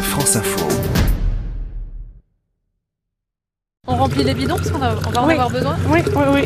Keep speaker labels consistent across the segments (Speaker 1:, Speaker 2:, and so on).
Speaker 1: France Info.
Speaker 2: On remplit les bidons parce qu'on a- on va en
Speaker 3: Oui.
Speaker 2: avoir besoin.
Speaker 3: Oui, oui, oui.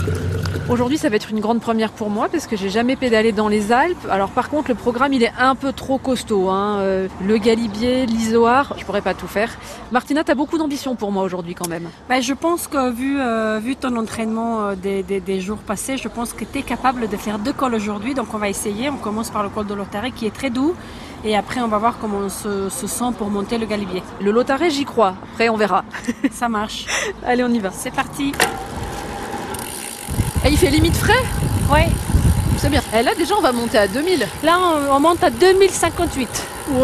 Speaker 2: Aujourd'hui, ça va être une grande première pour moi parce que j'ai jamais pédalé dans les Alpes. Alors par contre, le programme, il est un peu trop costaud. hein. Euh, Le Galibier, l'Isoard, je pourrais pas tout faire. Martina, t'as beaucoup d'ambition pour moi aujourd'hui quand même.
Speaker 3: Bah, je pense que vu, euh, vu ton entraînement euh, des, des- des jours passés, je pense que tu es capable de faire deux cols aujourd'hui. Donc on va essayer. On commence par le col de l'Otaré qui est très doux. Et après, on va voir comment on se, se sent pour monter le galibier.
Speaker 2: Le Lotaré, j'y crois. Après, on verra.
Speaker 3: Ça marche.
Speaker 2: Allez, on y va.
Speaker 3: C'est parti.
Speaker 2: Et il fait limite frais
Speaker 3: Ouais.
Speaker 2: C'est bien. Et là, déjà, on va monter à 2000.
Speaker 3: Là, on, on monte à 2058
Speaker 2: Ouais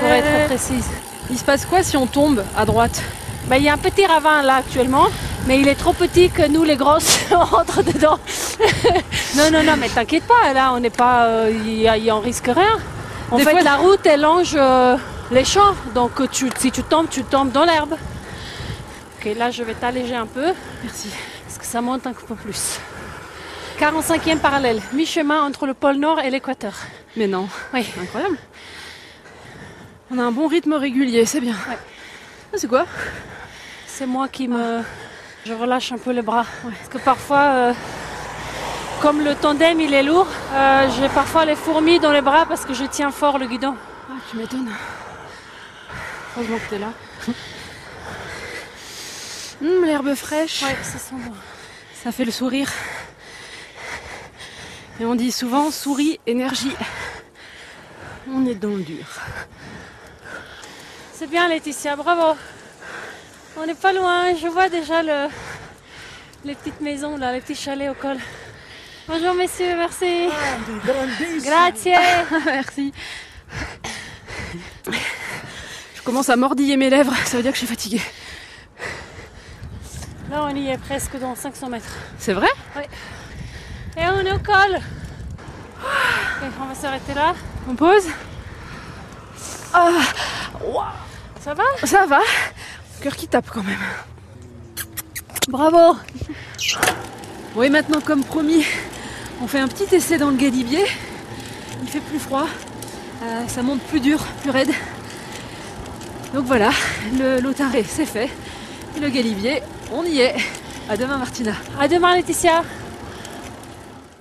Speaker 3: pour être précise.
Speaker 2: Il se passe quoi si on tombe à droite
Speaker 3: Bah, Il y a un petit ravin là actuellement, mais il est trop petit que nous les grosses on rentre dedans. non, non, non, mais t'inquiète pas, là on n'est pas, euh, y a- y en risque rien. En
Speaker 2: Des
Speaker 3: fait,
Speaker 2: fois-
Speaker 3: la route elle longe euh, les champs, donc euh, tu- si tu tombes, tu tombes dans l'herbe. Ok, là je vais t'alléger un peu
Speaker 2: Merci.
Speaker 3: parce que ça monte un peu plus. 45e parallèle, mi-chemin entre le pôle Nord et l'équateur.
Speaker 2: Mais non.
Speaker 3: Oui.
Speaker 2: Incroyable. On a un bon rythme régulier, c'est bien. Ah, C'est quoi
Speaker 3: C'est moi qui me. Je relâche un peu les bras. Parce que parfois, euh, comme le tandem il est lourd, euh, j'ai parfois les fourmis dans les bras parce que je tiens fort le guidon.
Speaker 2: Ah, tu m'étonnes. Heureusement que t'es là. Hum, l'herbe fraîche.
Speaker 3: Ouais, ça sent bon. Ça fait le sourire. Et on dit souvent souris, énergie.
Speaker 2: On est dans le dur.
Speaker 3: C'est bien Laetitia, bravo. On n'est pas loin, je vois déjà le... les petites maisons là, les petits chalets au col. Bonjour messieurs, merci. Grazie.
Speaker 2: Merci. Je commence à mordiller mes lèvres, ça veut dire que je suis fatiguée.
Speaker 3: Là on y est presque dans 500 mètres.
Speaker 2: C'est vrai
Speaker 3: Et Eh, on est au col. Ok, on va s'arrêter là. Ah.
Speaker 2: On pose
Speaker 3: Ça va
Speaker 2: Ça va Cœur qui tape quand même.
Speaker 3: Bravo.
Speaker 2: Bon et maintenant comme promis, on fait un petit essai dans le galibier. Il fait plus froid, euh, ça monte plus dur, plus raide. Donc voilà, le l'otaré c'est fait. Et le galibier, on y est. À demain Martina.
Speaker 3: À demain Laetitia.